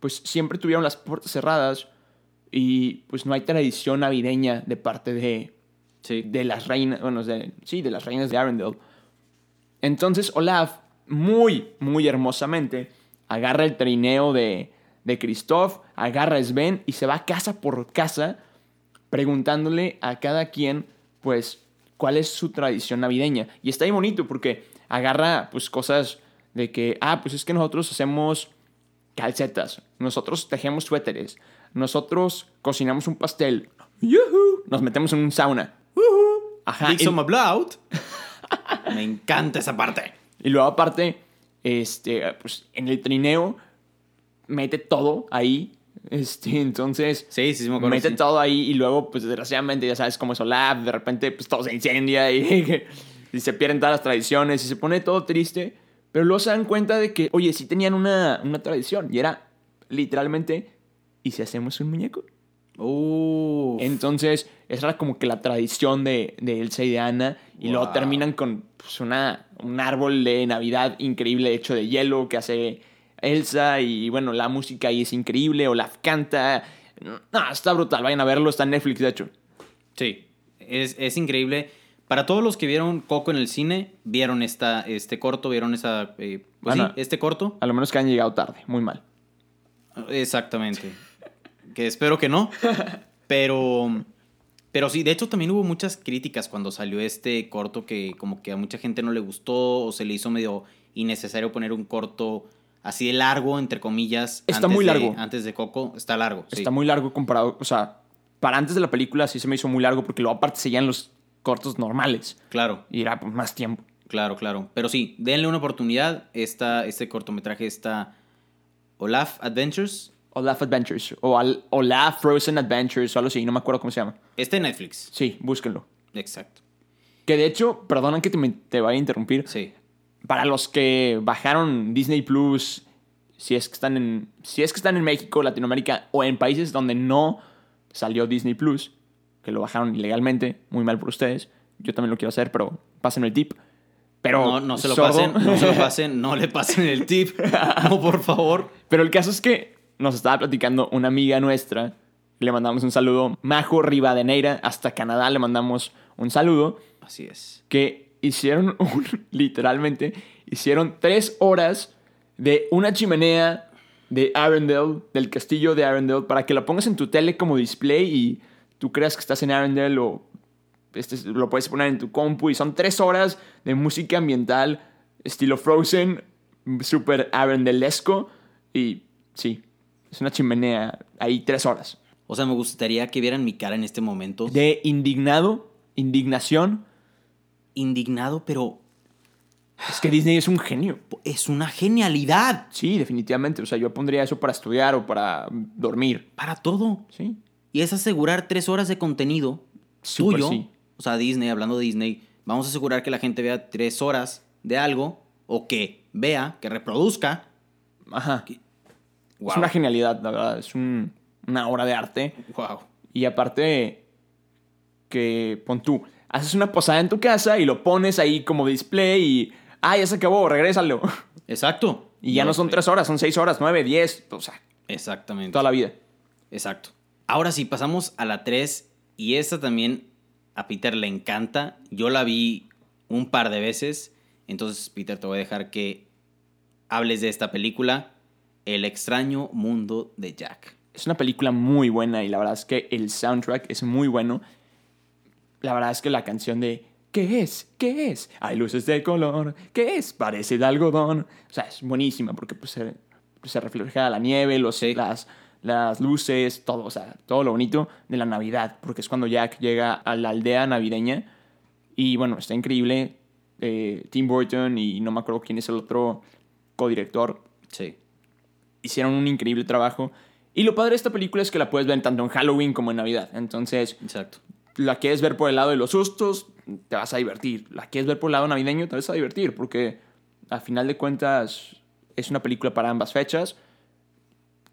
[SPEAKER 1] pues siempre tuvieron las puertas cerradas y pues no hay tradición navideña de parte de,
[SPEAKER 2] Sí.
[SPEAKER 1] de las reinas, bueno, de- sí, de las reinas de Arendelle. Entonces Olaf, muy, muy hermosamente, agarra el trineo de, de Kristoff, agarra a Sven y se va casa por casa preguntándole a cada quien, pues, cuál es su tradición navideña. Y está ahí bonito porque agarra, pues, cosas de que, ah, pues es que nosotros hacemos calcetas, nosotros tejemos suéteres, nosotros cocinamos un pastel, ¡Yujú! nos metemos en un sauna. ¡Yujú! Ajá, y-
[SPEAKER 2] Dixon Mablout. Me encanta esa parte.
[SPEAKER 1] y luego aparte, este, pues en el trineo mete todo ahí. Este, entonces
[SPEAKER 2] Sí, sí, sí, me acuerdo.
[SPEAKER 1] mete
[SPEAKER 2] sí.
[SPEAKER 1] todo ahí y luego, pues desgraciadamente, ya sabes cómo es Olaf, de repente pues todo se incendia y, y se pierden todas las tradiciones y se pone todo triste. Pero luego se dan cuenta de que, oye, sí tenían una, una tradición y era literalmente, ¿y si hacemos un muñeco?
[SPEAKER 2] Uf.
[SPEAKER 1] Entonces, esa era como que la tradición de, de Elsa y de Ana. Y luego
[SPEAKER 2] Wow.
[SPEAKER 1] terminan con pues, una, un árbol de Navidad increíble hecho de hielo que hace Elsa. Y bueno, la música ahí es increíble. Olaf canta. No, está brutal. Vayan a verlo. Está en Netflix, de hecho.
[SPEAKER 2] Sí. Es, es increíble. Para todos los que vieron Coco en el cine, vieron esta, este corto, vieron esa. eh, pues
[SPEAKER 1] Bueno.
[SPEAKER 2] sí, este corto.
[SPEAKER 1] A lo menos que han llegado tarde. Muy mal.
[SPEAKER 2] Exactamente. Que espero que no. Pero. Pero sí, de hecho también hubo muchas críticas cuando salió este corto que como que a mucha gente no le gustó o se le hizo medio innecesario poner un corto así de largo, entre comillas.
[SPEAKER 1] Está muy
[SPEAKER 2] de-
[SPEAKER 1] largo.
[SPEAKER 2] antes de Coco, está largo. sí.
[SPEAKER 1] Está muy largo comparado. O sea, para antes de la película sí se me hizo muy largo porque luego aparte seguían los cortos normales.
[SPEAKER 2] Claro,
[SPEAKER 1] Y era pues, más tiempo.
[SPEAKER 2] claro, claro. Pero sí, denle una oportunidad. Esta, este cortometraje está Olaf Adventures.
[SPEAKER 1] Olaf Adventures. O Al- Olaf Frozen Adventures. O algo así. No me acuerdo cómo se llama.
[SPEAKER 2] Está en Netflix.
[SPEAKER 1] Sí, búsquenlo.
[SPEAKER 2] Exacto.
[SPEAKER 1] Que de hecho, perdonan que te, me- te vaya a interrumpir.
[SPEAKER 2] Sí.
[SPEAKER 1] Para los que bajaron Disney Plus, si es que están en, si es que están en México, Latinoamérica o en países donde no salió Disney Plus, que lo bajaron ilegalmente, muy mal por ustedes. Yo también lo quiero hacer, pero pásenme el tip. Pero
[SPEAKER 2] No, no se lo
[SPEAKER 1] sordo.
[SPEAKER 2] pasen, no se lo pasen, no le pasen el tip. No, por favor.
[SPEAKER 1] Pero el caso es que nos estaba platicando una amiga nuestra. Le mandamos un saludo. Majo Rivadeneira, hasta Canadá le mandamos un saludo.
[SPEAKER 2] Así es.
[SPEAKER 1] Que hicieron, un- literalmente, hicieron tres horas de una chimenea de Arendelle, del castillo de Arendelle, para que la pongas en tu tele como display y tú creas que estás en Arendelle o este, es- lo puedes poner en tu compu. Y son tres horas de música ambiental, estilo Frozen, super Arendelesco. Y sí, es una chimenea ahí tres horas.
[SPEAKER 3] O sea, me gustaría que vieran mi cara en este momento.
[SPEAKER 1] De indignado, indignación.
[SPEAKER 3] Indignado, pero
[SPEAKER 1] Es que Disney es un genio.
[SPEAKER 3] es una genialidad
[SPEAKER 1] Sí, definitivamente. O sea, yo pondría eso para estudiar o para dormir.
[SPEAKER 3] para todo.
[SPEAKER 1] Sí.
[SPEAKER 3] Y es asegurar tres horas de contenido
[SPEAKER 1] Súper
[SPEAKER 3] tuyo.
[SPEAKER 1] sí.
[SPEAKER 3] O sea, Disney, hablando de Disney, vamos a asegurar que la gente vea tres horas de algo o que vea, que reproduzca.
[SPEAKER 1] Ajá. Es
[SPEAKER 2] Wow.
[SPEAKER 1] una genialidad, la verdad. Es un- una obra de arte.
[SPEAKER 2] Wow.
[SPEAKER 1] Y aparte, que pon tú, haces una posada en tu casa y lo pones ahí como display y. Ah, ya se acabó, regrésalo.
[SPEAKER 2] Exacto.
[SPEAKER 1] Y ya no son tres horas, son seis horas, nueve, diez, o sea,
[SPEAKER 2] Exactamente.
[SPEAKER 1] toda la vida.
[SPEAKER 2] Exacto. Ahora sí, pasamos a la 3 y esta también a Peter le encanta. Yo la vi un par de veces, entonces Peter te voy a dejar que hables de esta película, El extraño mundo de Jack.
[SPEAKER 1] Es una película muy buena y la verdad es que el soundtrack es muy bueno. La verdad es que la canción de ¿Qué es? ¿Qué es? Hay luces de color. ¿Qué es? Parece de algodón. O sea, es buenísima porque pues, se, pues, se refleja la nieve, los,
[SPEAKER 2] Sí.
[SPEAKER 1] las, las luces, todo. O sea, todo lo bonito de la Navidad. Porque es cuando Jack llega a la aldea navideña. Y bueno, está increíble. Eh, Tim Burton y no me acuerdo quién es el otro codirector
[SPEAKER 2] Sí.
[SPEAKER 1] hicieron un increíble trabajo. Y lo padre de esta película es que la puedes ver tanto en Halloween como en Navidad. Entonces,
[SPEAKER 2] Exacto.
[SPEAKER 1] la quieres ver por el lado de los sustos, te vas a divertir. La quieres ver por el lado navideño, te vas a divertir. Porque, al final de cuentas, es una película para ambas fechas.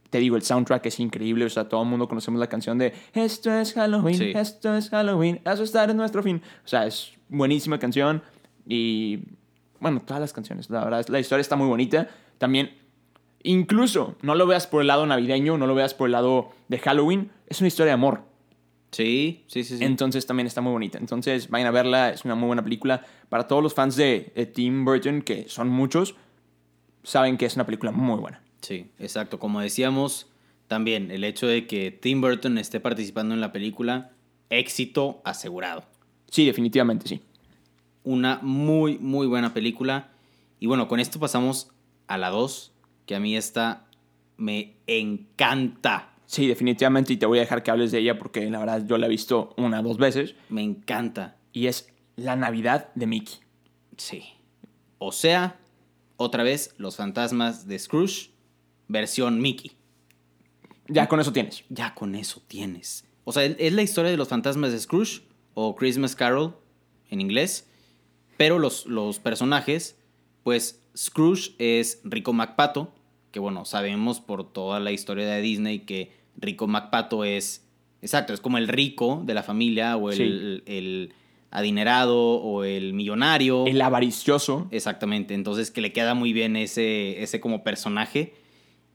[SPEAKER 1] Te digo, el soundtrack es increíble. O sea, todo el mundo conocemos la canción de Esto es Halloween,
[SPEAKER 2] Sí.
[SPEAKER 1] esto es Halloween, asustar es nuestro fin. O sea, es buenísima canción. Y, bueno, todas las canciones. La verdad, es- la historia está muy bonita. También Incluso no lo veas por el lado navideño, no lo veas por el lado de Halloween, es una historia de amor.
[SPEAKER 2] Sí, sí, sí. sí.
[SPEAKER 1] Entonces también está muy bonita. Entonces vayan a verla, es una muy buena película. Para todos los fans de, de Tim Burton, que son muchos, saben que es una película muy buena.
[SPEAKER 2] Sí, exacto. Como decíamos, también el hecho de que Tim Burton esté participando en la película, éxito asegurado.
[SPEAKER 1] Sí, definitivamente sí.
[SPEAKER 2] Una muy, muy buena película. Y bueno, con esto pasamos a la 2, que a mí esta me encanta.
[SPEAKER 1] Sí, definitivamente y te voy a dejar que hables de ella porque la verdad yo la he visto una dos veces
[SPEAKER 2] Me encanta.
[SPEAKER 1] y es La Navidad de Mickey.
[SPEAKER 2] Sí. O sea, otra vez, Los Fantasmas de Scrooge, versión Mickey.
[SPEAKER 1] Ya con eso tienes.
[SPEAKER 2] Ya con eso tienes. O sea, es la historia de los fantasmas de Scrooge o Christmas Carol en inglés. Pero los, los personajes, pues Scrooge es Rico MacPato, que bueno, sabemos por toda la historia de Disney que Rico MacPato es, exacto, es como el rico de la familia o el,
[SPEAKER 1] Sí.
[SPEAKER 2] el adinerado o el millonario.
[SPEAKER 1] El avaricioso.
[SPEAKER 2] Exactamente, entonces que le queda muy bien ese, ese como personaje.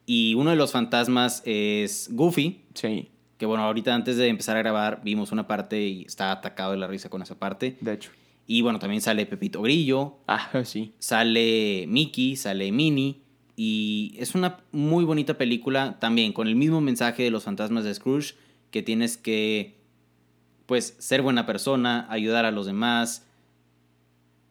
[SPEAKER 2] Y uno de los fantasmas es Goofy,
[SPEAKER 1] Sí,
[SPEAKER 2] que bueno, ahorita antes de empezar a grabar vimos una parte y está atacado de la risa con esa parte.
[SPEAKER 1] de hecho.
[SPEAKER 2] Y bueno, también sale Pepito Grillo,
[SPEAKER 1] Ah, sí.
[SPEAKER 2] sale Mickey, sale Minnie. Y es una muy bonita película también, con el mismo mensaje de los fantasmas de Scrooge, que tienes que, pues, ser buena persona, ayudar a los demás,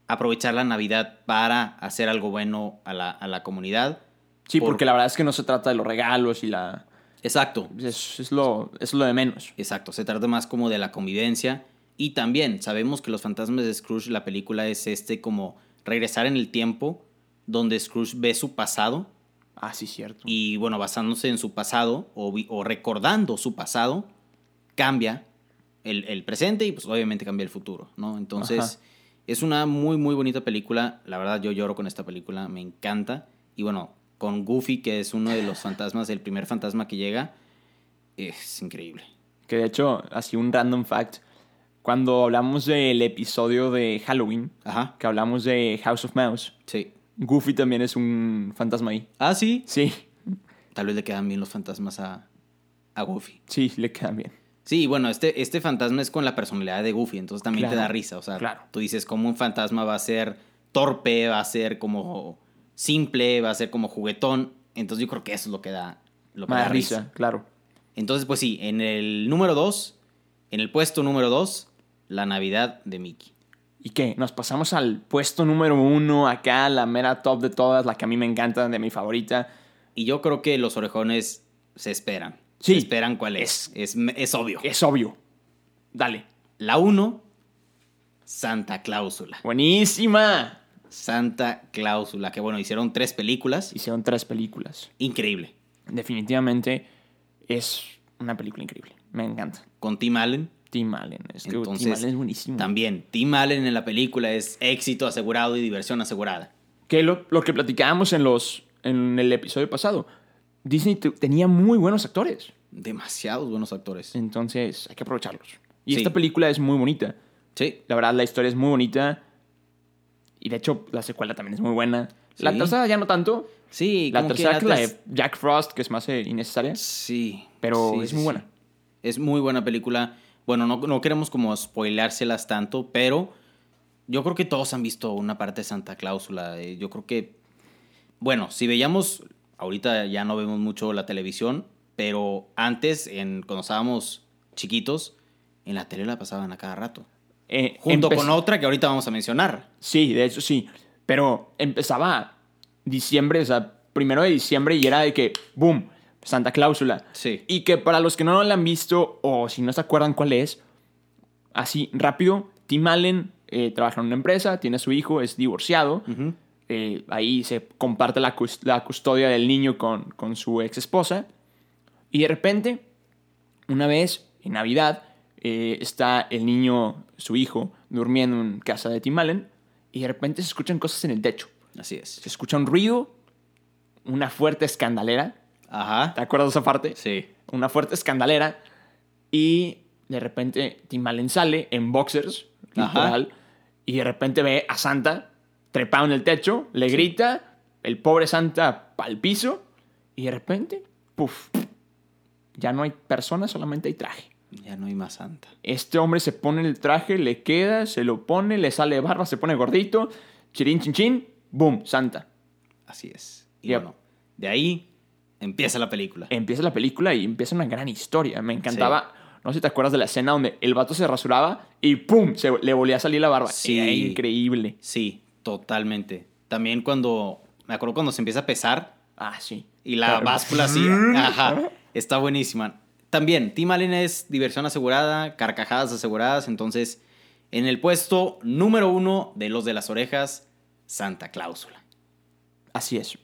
[SPEAKER 2] aprovechar la Navidad para hacer algo bueno a la, a la comunidad.
[SPEAKER 1] Sí,
[SPEAKER 2] Por-
[SPEAKER 1] porque la verdad es que no se trata de los regalos y la...
[SPEAKER 2] Exacto,
[SPEAKER 1] Es, es lo, es lo de menos.
[SPEAKER 2] Exacto, se trata más como de la convivencia. Y también sabemos que Los Fantasmas de Scrooge, la película es este como regresar en el tiempo, donde Scrooge ve su pasado
[SPEAKER 1] Ah, sí, cierto.
[SPEAKER 2] y bueno, basándose en su pasado o, vi- o recordando su pasado, cambia el, el presente y pues obviamente cambia el futuro, ¿no? Entonces,
[SPEAKER 1] Ajá.
[SPEAKER 2] Es una muy, muy bonita película. La verdad, yo lloro con esta película, me encanta. Y bueno, con Goofy, que es uno de los fantasmas, el primer fantasma que llega, es increíble.
[SPEAKER 1] Que de hecho, así un random fact. Cuando hablamos del episodio de Halloween,
[SPEAKER 2] Ajá,
[SPEAKER 1] que hablamos de House of Mouse,
[SPEAKER 2] sí.
[SPEAKER 1] Goofy también es un fantasma ahí.
[SPEAKER 2] Ah, sí.
[SPEAKER 1] Sí,
[SPEAKER 2] Tal vez le quedan bien los fantasmas a, a Goofy.
[SPEAKER 1] sí, le quedan bien.
[SPEAKER 2] Sí, y bueno, este, este fantasma es con la personalidad de Goofy, entonces también te
[SPEAKER 1] Claro,
[SPEAKER 2] da risa. O sea,
[SPEAKER 1] claro.
[SPEAKER 2] tú dices cómo un fantasma va a ser torpe, va a ser como simple, va a ser como juguetón. Entonces yo creo que eso es lo que da, lo que
[SPEAKER 1] Me da
[SPEAKER 2] da
[SPEAKER 1] risa,
[SPEAKER 2] risa.
[SPEAKER 1] claro.
[SPEAKER 2] Entonces, pues sí, en el número 2, en el puesto número 2, la Navidad de Mickey.
[SPEAKER 1] ¿Y qué? Nos pasamos al puesto número uno, acá, la mera top de todas, la que a mí me encanta, de mi favorita.
[SPEAKER 2] Y yo creo que los orejones se esperan.
[SPEAKER 1] Sí.
[SPEAKER 2] Se esperan cuál es. Es, es, obvio.
[SPEAKER 1] Es obvio. Dale.
[SPEAKER 2] La 1, Santa Cláusula.
[SPEAKER 1] Buenísima.
[SPEAKER 2] Santa Cláusula, que bueno, hicieron tres películas.
[SPEAKER 1] Hicieron tres películas.
[SPEAKER 2] Increíble.
[SPEAKER 1] Definitivamente es una película increíble. Me encanta.
[SPEAKER 2] Con Tim Allen.
[SPEAKER 1] Tim Allen. Es que
[SPEAKER 2] Entonces,
[SPEAKER 1] Tim Allen es buenísimo.
[SPEAKER 2] También, Tim Allen en la película es éxito asegurado y diversión asegurada.
[SPEAKER 1] Que lo, lo que platicábamos en, los, en el episodio pasado. Disney te- tenía muy buenos actores.
[SPEAKER 2] Demasiados buenos actores.
[SPEAKER 1] Entonces hay que aprovecharlos. Y
[SPEAKER 2] Sí.
[SPEAKER 1] esta película es muy bonita.
[SPEAKER 2] Sí.
[SPEAKER 1] La verdad, la historia es muy bonita. Y de hecho, la secuela también es muy buena. La
[SPEAKER 2] Sí.
[SPEAKER 1] tercera ya no tanto.
[SPEAKER 2] Sí,
[SPEAKER 1] La
[SPEAKER 2] como que
[SPEAKER 1] tercera, que la de
[SPEAKER 2] ter-
[SPEAKER 1] Jack Frost, que es más eh, innecesaria.
[SPEAKER 2] Sí.
[SPEAKER 1] Pero
[SPEAKER 2] sí,
[SPEAKER 1] es
[SPEAKER 2] sí,
[SPEAKER 1] muy
[SPEAKER 2] sí.
[SPEAKER 1] buena.
[SPEAKER 2] Es muy buena película. Bueno, no, no queremos como spoilárselas tanto, pero yo creo que todos han visto una parte de Santa Cláusula. Eh, Yo creo que, bueno, si veíamos, ahorita ya no vemos mucho la televisión, pero antes, en, cuando estábamos chiquitos, en la tele la pasaban a cada rato.
[SPEAKER 1] Eh,
[SPEAKER 2] Junto
[SPEAKER 1] empe-
[SPEAKER 2] con otra que ahorita vamos a mencionar.
[SPEAKER 1] Sí, de hecho sí. Pero empezaba diciembre, o sea, primero de diciembre y era de que, boom, Santa Cláusula.
[SPEAKER 2] Sí.
[SPEAKER 1] Y que para los que no la han visto o si no se acuerdan cuál es, así rápido, Tim Allen eh, trabaja en una empresa, tiene a su hijo, es divorciado. Eh, ahí se comparte la, cus- la custodia del niño con, con su ex esposa. Y de repente, una vez, en Navidad, eh, está el niño, su hijo, durmiendo en casa de Tim Allen. Y de repente se escuchan cosas en el techo.
[SPEAKER 2] Así es.
[SPEAKER 1] Se escucha un ruido, una fuerte escandalera.
[SPEAKER 2] Ajá.
[SPEAKER 1] ¿Te acuerdas de esa parte?
[SPEAKER 2] Sí.
[SPEAKER 1] una fuerte escandalera y de repente Tim Allen sale en boxers,
[SPEAKER 2] Ajá.
[SPEAKER 1] literal, y de repente ve a Santa trepado en el techo, le grita, el pobre Santa al piso y de repente, puff, ya no hay persona, solamente hay traje.
[SPEAKER 2] Ya no hay más Santa.
[SPEAKER 1] Este hombre se pone el traje, le queda, se lo pone, le sale barba, se pone gordito, chirín chin chin, boom, Santa.
[SPEAKER 2] Así es. Y
[SPEAKER 1] Yep.
[SPEAKER 2] bueno, de ahí empieza la película.
[SPEAKER 1] empieza la película y empieza una gran historia. Me encantaba. No sé si te acuerdas de la escena donde el vato se rasuraba y ¡pum! Se, le volvía a salir la barba.
[SPEAKER 2] Sí.
[SPEAKER 1] Era increíble.
[SPEAKER 2] Sí, totalmente. También cuando, me acuerdo cuando se empieza a pesar
[SPEAKER 1] Ah, sí.
[SPEAKER 2] y la
[SPEAKER 1] Claro.
[SPEAKER 2] báscula así, ajá, está buenísima. También, Tim Allen es diversión asegurada, carcajadas aseguradas, entonces en el puesto número uno de los de las orejas, Santa Cláusula.
[SPEAKER 1] Así es.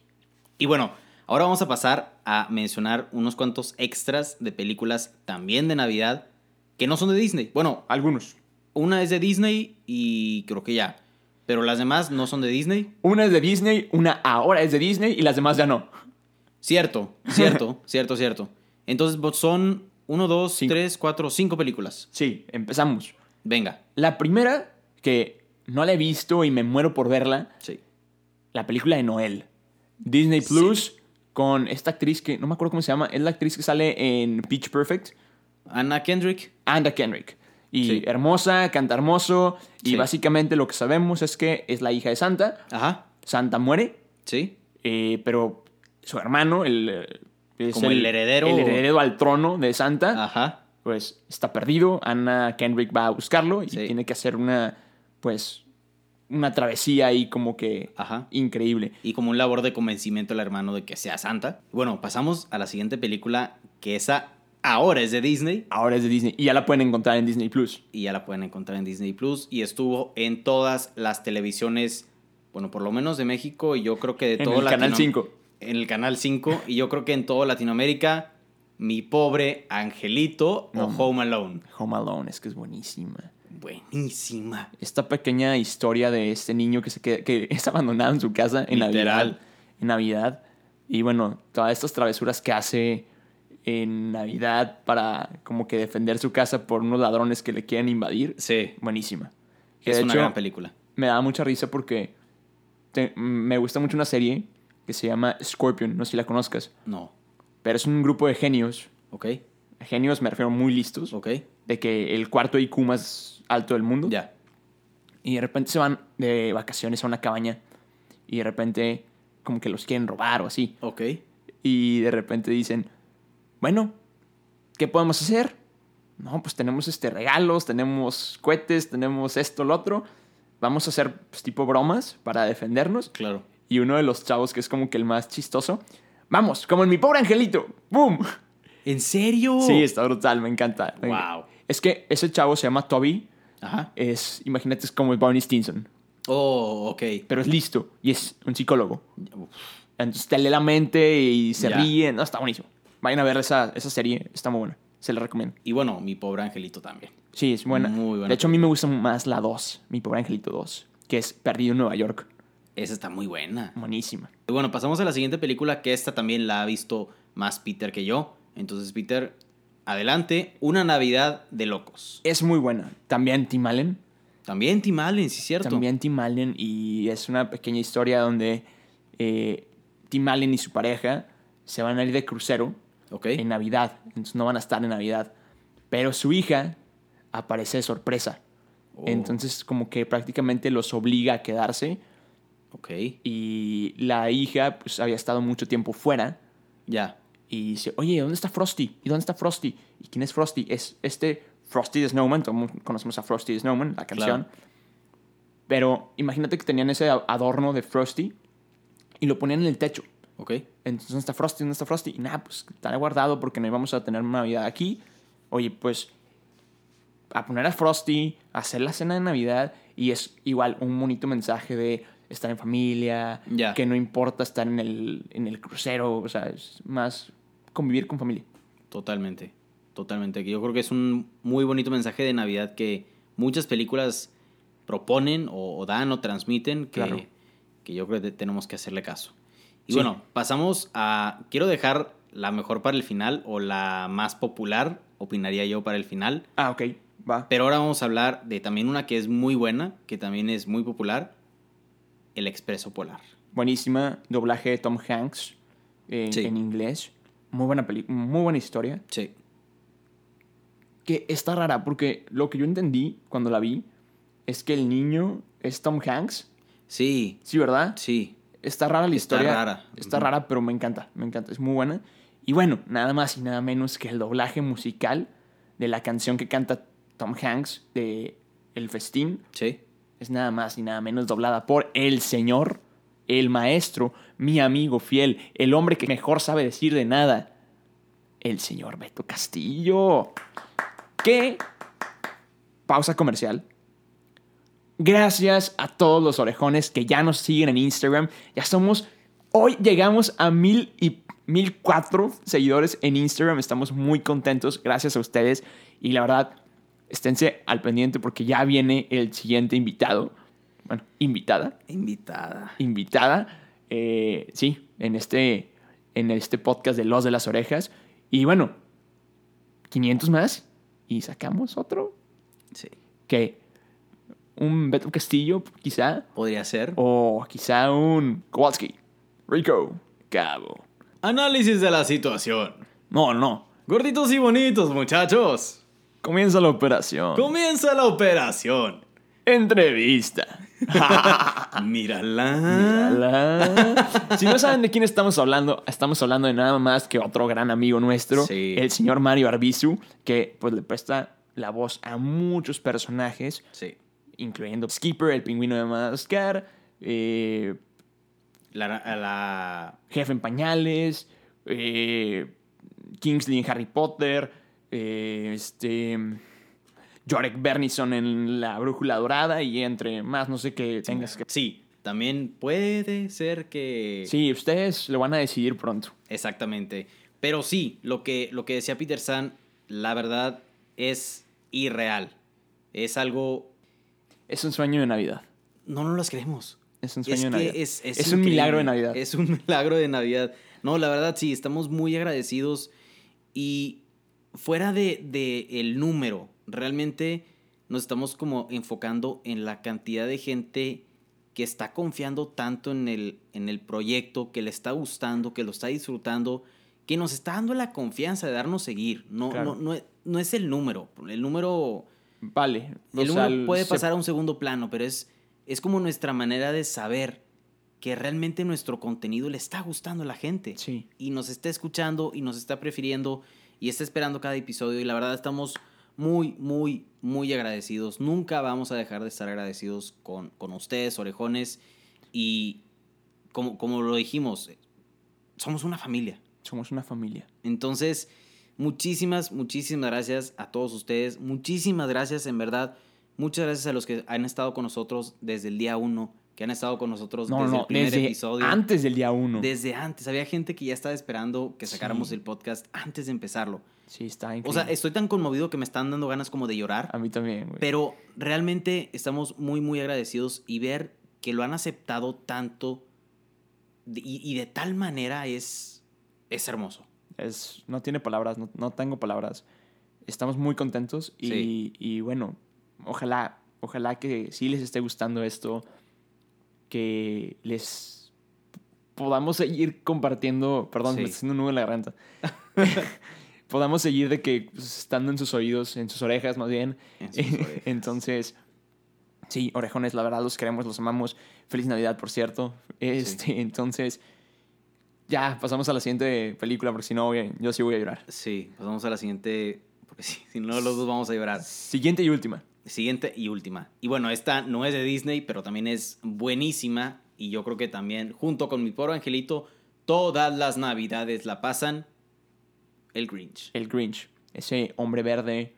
[SPEAKER 2] Y bueno, ahora vamos a pasar a mencionar unos cuantos extras de películas también de Navidad que no son de Disney. Bueno,
[SPEAKER 1] Algunos.
[SPEAKER 2] Una es de Disney y creo que ya. Pero las demás no son de Disney.
[SPEAKER 1] Una es de Disney, una ahora es de Disney y las demás ya no.
[SPEAKER 2] Cierto, cierto, cierto, cierto. Entonces bo- son 1, 2,
[SPEAKER 1] Cinco.
[SPEAKER 2] 3, 4, 5 películas.
[SPEAKER 1] Sí, empezamos.
[SPEAKER 2] Venga.
[SPEAKER 1] La primera, que no la he visto y me muero por verla,
[SPEAKER 2] Sí.
[SPEAKER 1] la película de Noel. Disney
[SPEAKER 2] Sí.
[SPEAKER 1] Plus con esta actriz que no me acuerdo cómo se llama, es la actriz que sale en Pitch Perfect.
[SPEAKER 2] Anna Kendrick.
[SPEAKER 1] Anda Kendrick. Y
[SPEAKER 2] Sí.
[SPEAKER 1] hermosa, canta hermoso. Y
[SPEAKER 2] Sí.
[SPEAKER 1] básicamente lo que sabemos es que es la hija de Santa.
[SPEAKER 2] Ajá.
[SPEAKER 1] Santa muere,
[SPEAKER 2] Sí.
[SPEAKER 1] eh, pero su hermano, el. eh, es
[SPEAKER 2] Como el heredero. Ah.
[SPEAKER 1] El heredero al trono de Santa,
[SPEAKER 2] Ajá.
[SPEAKER 1] pues está perdido. Anna Kendrick va a buscarlo y
[SPEAKER 2] Sí.
[SPEAKER 1] tiene que hacer una. Pues. Una travesía ahí como que.
[SPEAKER 2] Ajá.
[SPEAKER 1] Increíble.
[SPEAKER 2] Y como un labor de convencimiento al hermano de que sea santa. Bueno, pasamos a la siguiente película que esa ahora es de Disney.
[SPEAKER 1] Ahora es de Disney. Y ya la pueden encontrar en Disney Plus.
[SPEAKER 2] y ya la pueden encontrar en Disney Plus y estuvo en todas las televisiones, bueno, por lo menos de México y yo creo que de
[SPEAKER 1] En
[SPEAKER 2] todo
[SPEAKER 1] el Canal
[SPEAKER 2] Latinoam-
[SPEAKER 1] 5.
[SPEAKER 2] En el Canal 5 y yo creo que en todo Latinoamérica, Mi Pobre Angelito
[SPEAKER 1] No.
[SPEAKER 2] o Home Alone.
[SPEAKER 1] Home Alone, es que es buenísima.
[SPEAKER 3] Buenísima.
[SPEAKER 1] esta pequeña historia de este niño que, se queda- que es abandonado en su casa en
[SPEAKER 2] Literal.
[SPEAKER 1] Navidad. En Navidad. Y bueno, todas estas travesuras que hace en Navidad para como que defender su casa por unos ladrones que le quieren invadir.
[SPEAKER 2] Sí.
[SPEAKER 1] Buenísima. Que
[SPEAKER 2] Es
[SPEAKER 1] de
[SPEAKER 2] una
[SPEAKER 1] hecho,
[SPEAKER 2] gran película.
[SPEAKER 1] Me da mucha risa porque te- me gusta mucho una serie que se llama Scorpion, no sé si la conozcas,
[SPEAKER 3] No.
[SPEAKER 1] pero es un grupo de genios.
[SPEAKER 2] ¿Ok?
[SPEAKER 1] Genios me refiero muy listos.
[SPEAKER 2] ¿Ok?
[SPEAKER 1] De que el cuarto IQ más alto del mundo.
[SPEAKER 2] Ya.
[SPEAKER 1] Y de repente se van de vacaciones a una cabaña. Y de repente, como que los quieren robar o así.
[SPEAKER 2] ¿Ok?
[SPEAKER 1] Y de repente dicen, bueno, ¿qué podemos hacer? No, pues tenemos este regalos, tenemos cohetes, tenemos esto, lo otro. Vamos a hacer pues, tipo bromas para defendernos.
[SPEAKER 2] Claro.
[SPEAKER 1] Y uno de los chavos, que es como que el más chistoso, vamos, como en mi pobre angelito. ¡Boom!
[SPEAKER 2] ¿En serio?
[SPEAKER 1] Sí, está brutal, me encanta.
[SPEAKER 2] Wow.
[SPEAKER 1] Es que ese chavo se llama Toby.
[SPEAKER 2] Ajá.
[SPEAKER 1] Es, imagínate, es como el Barney Stinson
[SPEAKER 2] Oh, ok.
[SPEAKER 1] pero es listo y es un psicólogo.
[SPEAKER 2] Uf.
[SPEAKER 1] Entonces te lee la mente y se
[SPEAKER 2] Ya.
[SPEAKER 1] ríe. No, está buenísimo. Vayan a ver esa, esa serie, está muy buena. Se la recomiendo.
[SPEAKER 2] Y bueno, mi pobre angelito también.
[SPEAKER 1] Sí, es buena.
[SPEAKER 2] Muy buena
[SPEAKER 1] De hecho, a mí me gusta más la 2, mi pobre angelito 2, que es Perdido en Nueva York.
[SPEAKER 2] Esa está muy buena.
[SPEAKER 1] Buenísima.
[SPEAKER 2] Y bueno, pasamos a la siguiente película, que esta también la ha visto más Peter que yo. Entonces, Peter, adelante. Una Navidad de locos.
[SPEAKER 1] Es muy buena. También Tim Allen.
[SPEAKER 2] También Tim Allen, sí, cierto.
[SPEAKER 1] También Tim Allen. Y es una pequeña historia donde eh, Tim Allen y su pareja se van a ir de crucero
[SPEAKER 2] Ok.
[SPEAKER 1] en Navidad. Entonces no van a estar en Navidad. Pero su hija aparece de sorpresa.
[SPEAKER 2] Oh,
[SPEAKER 1] Entonces como que prácticamente los obliga a quedarse
[SPEAKER 2] Ok.
[SPEAKER 1] y la hija pues había estado mucho tiempo fuera
[SPEAKER 2] Ya.
[SPEAKER 1] y dice, oye, ¿dónde está Frosty? ¿Y dónde está Frosty? ¿Y quién es Frosty? Es este Frosty the Snowman, todos conocemos a Frosty the Snowman, la canción. Pero imagínate que tenían ese a- adorno de Frosty y lo ponían en el techo.
[SPEAKER 2] Ok.
[SPEAKER 1] Entonces, ¿dónde está Frosty? ¿Dónde está Frosty? Y nada, pues estará guardado porque no íbamos a tener Navidad aquí. Oye, pues a poner a Frosty, a hacer la cena de Navidad y es igual un bonito mensaje de estar en familia,
[SPEAKER 2] Ya.
[SPEAKER 1] que no importa estar en el, en el crucero, o sea, es más convivir con familia.
[SPEAKER 2] Totalmente. Totalmente. Yo creo que es un muy bonito mensaje de Navidad que muchas películas proponen o, o dan o transmiten que,
[SPEAKER 1] Claro.
[SPEAKER 2] que yo creo que tenemos que hacerle caso. Y
[SPEAKER 1] Sí.
[SPEAKER 2] bueno, pasamos a... Quiero dejar la mejor para el final o la más popular, opinaría yo, para el final.
[SPEAKER 1] Ah, ok, va.
[SPEAKER 2] Pero ahora vamos a hablar de también una que es muy buena, que también es muy popular, El Expreso Polar.
[SPEAKER 1] Buenísima, doblaje de Tom Hanks eh,
[SPEAKER 2] Sí.
[SPEAKER 1] en inglés. Muy buena peli muy buena historia.
[SPEAKER 2] Sí.
[SPEAKER 1] que está rara, porque lo que yo entendí cuando la vi es que el niño es Tom Hanks.
[SPEAKER 2] Sí,
[SPEAKER 1] Sí, ¿verdad?
[SPEAKER 2] sí.
[SPEAKER 1] Está rara la
[SPEAKER 2] Está
[SPEAKER 1] historia.
[SPEAKER 2] rara.
[SPEAKER 1] Está
[SPEAKER 2] Ujú.
[SPEAKER 1] rara, pero me encanta, me encanta, es muy buena. Y bueno, nada más y nada menos que el doblaje musical de la canción que canta Tom Hanks de El Festín
[SPEAKER 2] Sí.
[SPEAKER 1] es nada más y nada menos doblada por el señor, el maestro, mi amigo fiel, el hombre que mejor sabe decir de nada, el señor Beto Castillo. Que, pausa comercial. Gracias a todos los orejones que ya nos siguen en Instagram. Ya somos, hoy llegamos a mil y mil cuatro seguidores en Instagram. Estamos muy contentos, gracias a ustedes. Y la verdad, esténse al pendiente porque ya viene el siguiente invitado. Bueno, invitada
[SPEAKER 2] Invitada.
[SPEAKER 1] invitada, eh, sí, en este, en este podcast de Los de las Orejas. Y bueno, 500 más y sacamos otro
[SPEAKER 2] Sí.
[SPEAKER 1] que un Beto Castillo, quizá,
[SPEAKER 2] Podría ser.
[SPEAKER 1] o quizá un Kowalski, Rico, Cabo.
[SPEAKER 2] Análisis de la situación.
[SPEAKER 1] No, no,
[SPEAKER 2] Gorditos y bonitos, muchachos.
[SPEAKER 1] comienza la operación.
[SPEAKER 2] Comienza la operación.
[SPEAKER 1] Entrevista.
[SPEAKER 2] Mírala.
[SPEAKER 1] Ala. si no saben de quién estamos hablando, estamos hablando de nada más que otro gran amigo nuestro,
[SPEAKER 2] Sí.
[SPEAKER 1] el señor Mario Arbizu, que pues le presta la voz a muchos personajes,
[SPEAKER 2] Sí.
[SPEAKER 1] incluyendo Skipper, el pingüino de Madagascar, eh,
[SPEAKER 2] La, la-
[SPEAKER 1] Jefe en Pañales, eh, Kingsley en Harry Potter, eh, este, Jorek Bernison en La Brújula Dorada y entre más, no sé qué tengas que...
[SPEAKER 2] Sí. También puede ser que.
[SPEAKER 1] Sí, ustedes lo van a decidir pronto.
[SPEAKER 2] Exactamente. Pero sí, lo que, lo que decía Peter San, la verdad es irreal. Es algo...
[SPEAKER 1] Es un sueño de Navidad.
[SPEAKER 2] No, no las creemos.
[SPEAKER 1] Es un sueño
[SPEAKER 2] que
[SPEAKER 1] de Navidad.
[SPEAKER 2] es- es
[SPEAKER 1] un
[SPEAKER 2] increíble.
[SPEAKER 1] milagro de Navidad.
[SPEAKER 2] Es un milagro de Navidad. No, la verdad, sí, estamos muy agradecidos. Y fuera de, de el número, realmente nos estamos como enfocando en la cantidad de gente que está confiando tanto en el, en el proyecto, que le está gustando, que lo está disfrutando, que nos está dando la confianza de darnos seguir. No,
[SPEAKER 1] Claro.
[SPEAKER 2] no, no, es- no es el número. El número
[SPEAKER 1] Vale. o
[SPEAKER 2] el
[SPEAKER 1] sea,
[SPEAKER 2] número puede
[SPEAKER 1] se-
[SPEAKER 2] pasar a un segundo plano, pero es, es como nuestra manera de saber que realmente nuestro contenido le está gustando a la gente.
[SPEAKER 1] Sí.
[SPEAKER 2] Y nos está escuchando y nos está prefiriendo y está esperando cada episodio. Y la verdad estamos muy, muy, muy agradecidos. Nunca vamos a dejar de estar agradecidos con, con ustedes, orejones. Y como, como lo dijimos, somos una familia.
[SPEAKER 1] Somos una familia.
[SPEAKER 2] Entonces, muchísimas, muchísimas gracias a todos ustedes. Muchísimas gracias, en verdad. Muchas gracias a los que han estado con nosotros desde el día uno, que han estado con nosotros
[SPEAKER 1] No,
[SPEAKER 2] Pues desde
[SPEAKER 1] no,
[SPEAKER 2] el primer
[SPEAKER 1] desde
[SPEAKER 2] episodio.
[SPEAKER 1] antes del día uno.
[SPEAKER 2] Desde antes. Había gente que ya estaba esperando que sacáramos
[SPEAKER 1] Sí.
[SPEAKER 2] el podcast antes de empezarlo.
[SPEAKER 1] Sí, está
[SPEAKER 2] O sea,
[SPEAKER 1] increíble. Ah,
[SPEAKER 2] estoy tan conmovido que me están dando ganas como de llorar.
[SPEAKER 1] A mí también, güey.
[SPEAKER 2] Pero realmente estamos muy, muy agradecidos y ver que lo han aceptado tanto de- y, y de tal manera es, es hermoso.
[SPEAKER 1] Es, no tiene palabras, no, no tengo palabras. Estamos muy contentos y,
[SPEAKER 2] Sí.
[SPEAKER 1] y bueno, ojalá, ojalá que sí les esté gustando esto, que les podamos seguir compartiendo, perdón,
[SPEAKER 2] Sí.
[SPEAKER 1] me está haciendo un nudo en la garganta, podamos seguir de que pues, estando en sus oídos, en sus orejas más bien.
[SPEAKER 2] En sus orejas.
[SPEAKER 1] Entonces, sí, orejones, la verdad los queremos, los amamos. Feliz Navidad, por cierto. Este, entonces, ya pasamos a la siguiente película porque si no, güey, yo sí voy a llorar.
[SPEAKER 2] Sí, pasamos a la siguiente, porque si, si no los dos vamos a llorar.
[SPEAKER 1] Siguiente y última.
[SPEAKER 2] Siguiente y última. Y bueno, esta no es de Disney, pero también es buenísima. Y yo creo que también, junto con mi pobre angelito, todas las navidades la pasan el Grinch.
[SPEAKER 1] El Grinch, ese hombre verde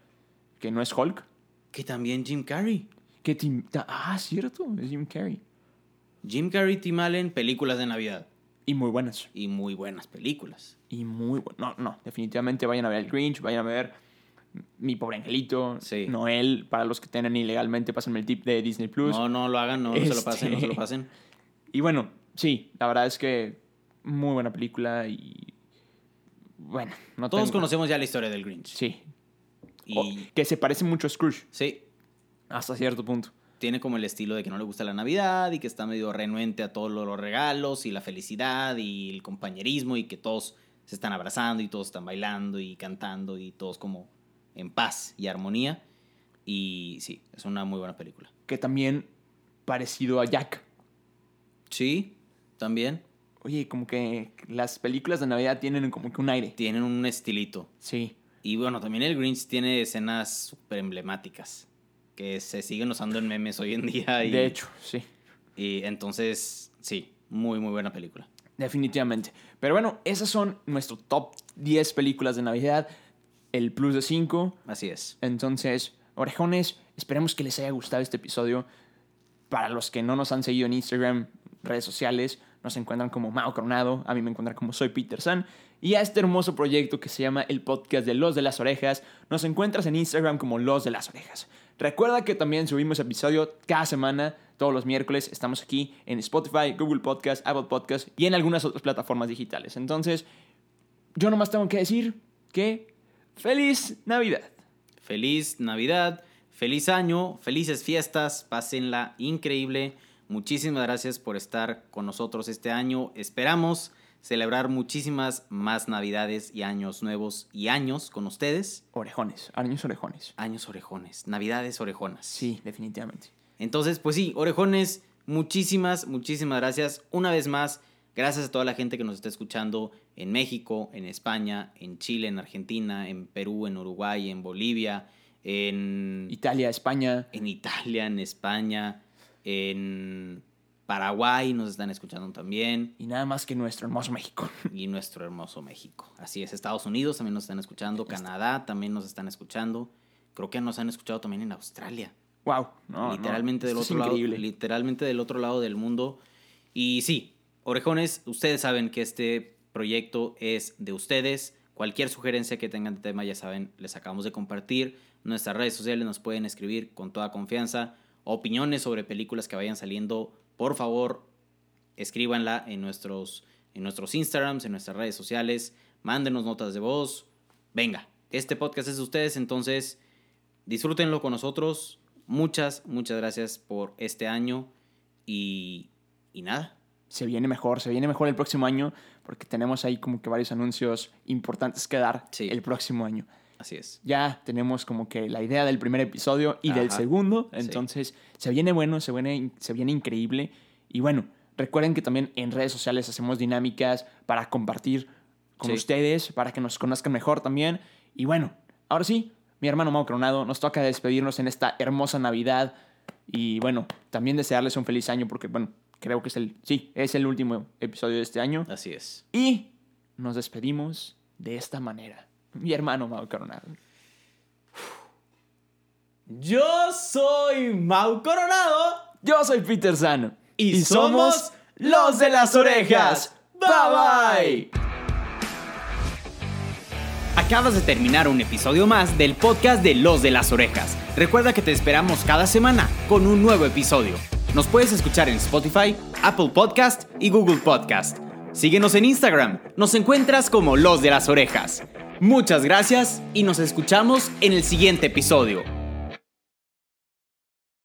[SPEAKER 1] que no es Hulk.
[SPEAKER 2] Que también Jim Carrey.
[SPEAKER 1] Que Tim- ta- Ah, cierto, es Jim Carrey.
[SPEAKER 2] Jim Carrey, Tim Allen, películas de Navidad.
[SPEAKER 1] Y muy buenas.
[SPEAKER 2] Y muy buenas películas.
[SPEAKER 1] Y muy buenas. No, no, definitivamente vayan a ver El Grinch, vayan a ver Mi Pobre Angelito,
[SPEAKER 2] Sí.
[SPEAKER 1] Noel, para los que tienen ilegalmente, pásenme el tip de Disney Plus.
[SPEAKER 2] No, no lo hagan, no, no se lo pasen, no se lo
[SPEAKER 1] Este-
[SPEAKER 2] pasen.
[SPEAKER 1] Y bueno, sí, la verdad es que muy buena película y bueno, no
[SPEAKER 2] Todos
[SPEAKER 1] tengo-
[SPEAKER 2] conocemos ya la historia del Grinch.
[SPEAKER 1] Sí. Oh. O-
[SPEAKER 2] Y
[SPEAKER 1] que se parece mucho a Scrooge
[SPEAKER 2] sí,
[SPEAKER 1] hasta cierto punto.
[SPEAKER 2] tiene como el estilo de que no le gusta la Navidad y que está medio renuente a todos lo- los regalos y la felicidad y el compañerismo y que todos se están abrazando y todos están bailando y cantando y todos como en paz y armonía. Y sí, es una muy buena película.
[SPEAKER 1] Que también parecido a Jack.
[SPEAKER 2] Sí, también.
[SPEAKER 1] Oye, como que las películas de Navidad tienen como que un aire.
[SPEAKER 2] Tienen un estilito.
[SPEAKER 1] Sí.
[SPEAKER 2] Y bueno, también el Grinch tiene escenas súper emblemáticas que se siguen usando en memes hoy en día. Y,
[SPEAKER 1] De hecho, sí.
[SPEAKER 2] Y entonces, sí, muy, muy buena película.
[SPEAKER 1] Definitivamente. Pero bueno, esas son nuestro top 10 películas de Navidad. El plus de 5.
[SPEAKER 2] Así es.
[SPEAKER 1] Entonces, orejones, esperemos que les haya gustado este episodio. Para los que no nos han seguido en Instagram, redes sociales, nos encuentran como Mao Coronado, a mí me encuentran como Soy Peter San. Y a este hermoso proyecto que se llama el podcast de Los de las Orejas, nos encuentras en Instagram como Los de las Orejas. Recuerda que también subimos episodio cada semana, todos los miércoles. Estamos aquí en Spotify, Google Podcast, Apple Podcast y en algunas otras plataformas digitales. Entonces, yo nomás tengo que decir que feliz Navidad.
[SPEAKER 2] Feliz Navidad, feliz año, felices fiestas, pásenla increíble. Muchísimas gracias por estar con nosotros este año. Esperamos celebrar muchísimas más Navidades y años nuevos y años con ustedes.
[SPEAKER 1] Orejones, araños orejones.
[SPEAKER 2] Años orejones, Navidades orejonas.
[SPEAKER 1] Sí, definitivamente.
[SPEAKER 2] Entonces, pues sí, orejones, muchísimas, muchísimas gracias. Una vez más, gracias a toda la gente que nos está escuchando en México, en España, en Chile, en Argentina, en Perú, en Uruguay, en Bolivia, en
[SPEAKER 1] Italia, España,
[SPEAKER 2] en Italia, en España, en Paraguay nos están escuchando también
[SPEAKER 1] y nada más que nuestro hermoso México.
[SPEAKER 2] y nuestro hermoso México. Así es, Estados Unidos también nos están escuchando, Canadá también nos están escuchando. Creo que nos han escuchado también en Australia,
[SPEAKER 1] Wow. No, no,
[SPEAKER 2] literalmente del
[SPEAKER 1] esto es
[SPEAKER 2] otro lado,
[SPEAKER 1] increíble.
[SPEAKER 2] literalmente del otro lado del mundo. Y sí, orejones, ustedes saben que este proyecto es de ustedes Cualquier sugerencia que tengan de tema, ya saben, les acabamos de compartir. Nuestras redes sociales nos pueden escribir con toda confianza. Opiniones sobre películas que vayan saliendo, por favor, escríbanla en nuestros, en nuestros Instagrams, en nuestras redes sociales. Mándenos notas de voz. Venga, este podcast es de ustedes, entonces disfrútenlo con nosotros. Muchas, muchas gracias por este año y, y nada.
[SPEAKER 1] Se viene mejor, se viene mejor el próximo año porque tenemos ahí como que varios anuncios importantes que dar
[SPEAKER 2] Sí.
[SPEAKER 1] el próximo año.
[SPEAKER 2] Así es.
[SPEAKER 1] Ya tenemos como que la idea del primer episodio y del
[SPEAKER 2] Ajá.
[SPEAKER 1] segundo,
[SPEAKER 2] Sí.
[SPEAKER 1] entonces se viene bueno, se viene, se viene increíble y bueno, recuerden que también en redes sociales hacemos dinámicas para compartir con
[SPEAKER 2] Sí.
[SPEAKER 1] ustedes, para que nos conozcan mejor también y bueno, ahora sí, mi hermano Mau Coronado, nos toca despedirnos en esta hermosa Navidad y bueno, también desearles un feliz año porque bueno, creo que es el, sí, es el último episodio de este año
[SPEAKER 2] Así es.
[SPEAKER 1] y nos despedimos de esta manera. Mi hermano Mau Coronado.
[SPEAKER 2] Yo soy Mau Coronado.
[SPEAKER 1] Yo soy Peter San.
[SPEAKER 2] Y somos
[SPEAKER 1] los de las
[SPEAKER 2] orejas. Bye, bye. Acabas de terminar un episodio más del podcast de Los de las Orejas. Recuerda que te esperamos cada semana con un nuevo episodio. Nos puedes escuchar en Spotify, Apple Podcast y Google Podcast. Síguenos en Instagram, nos encuentras como Los de las Orejas. Muchas gracias y nos escuchamos en el siguiente episodio.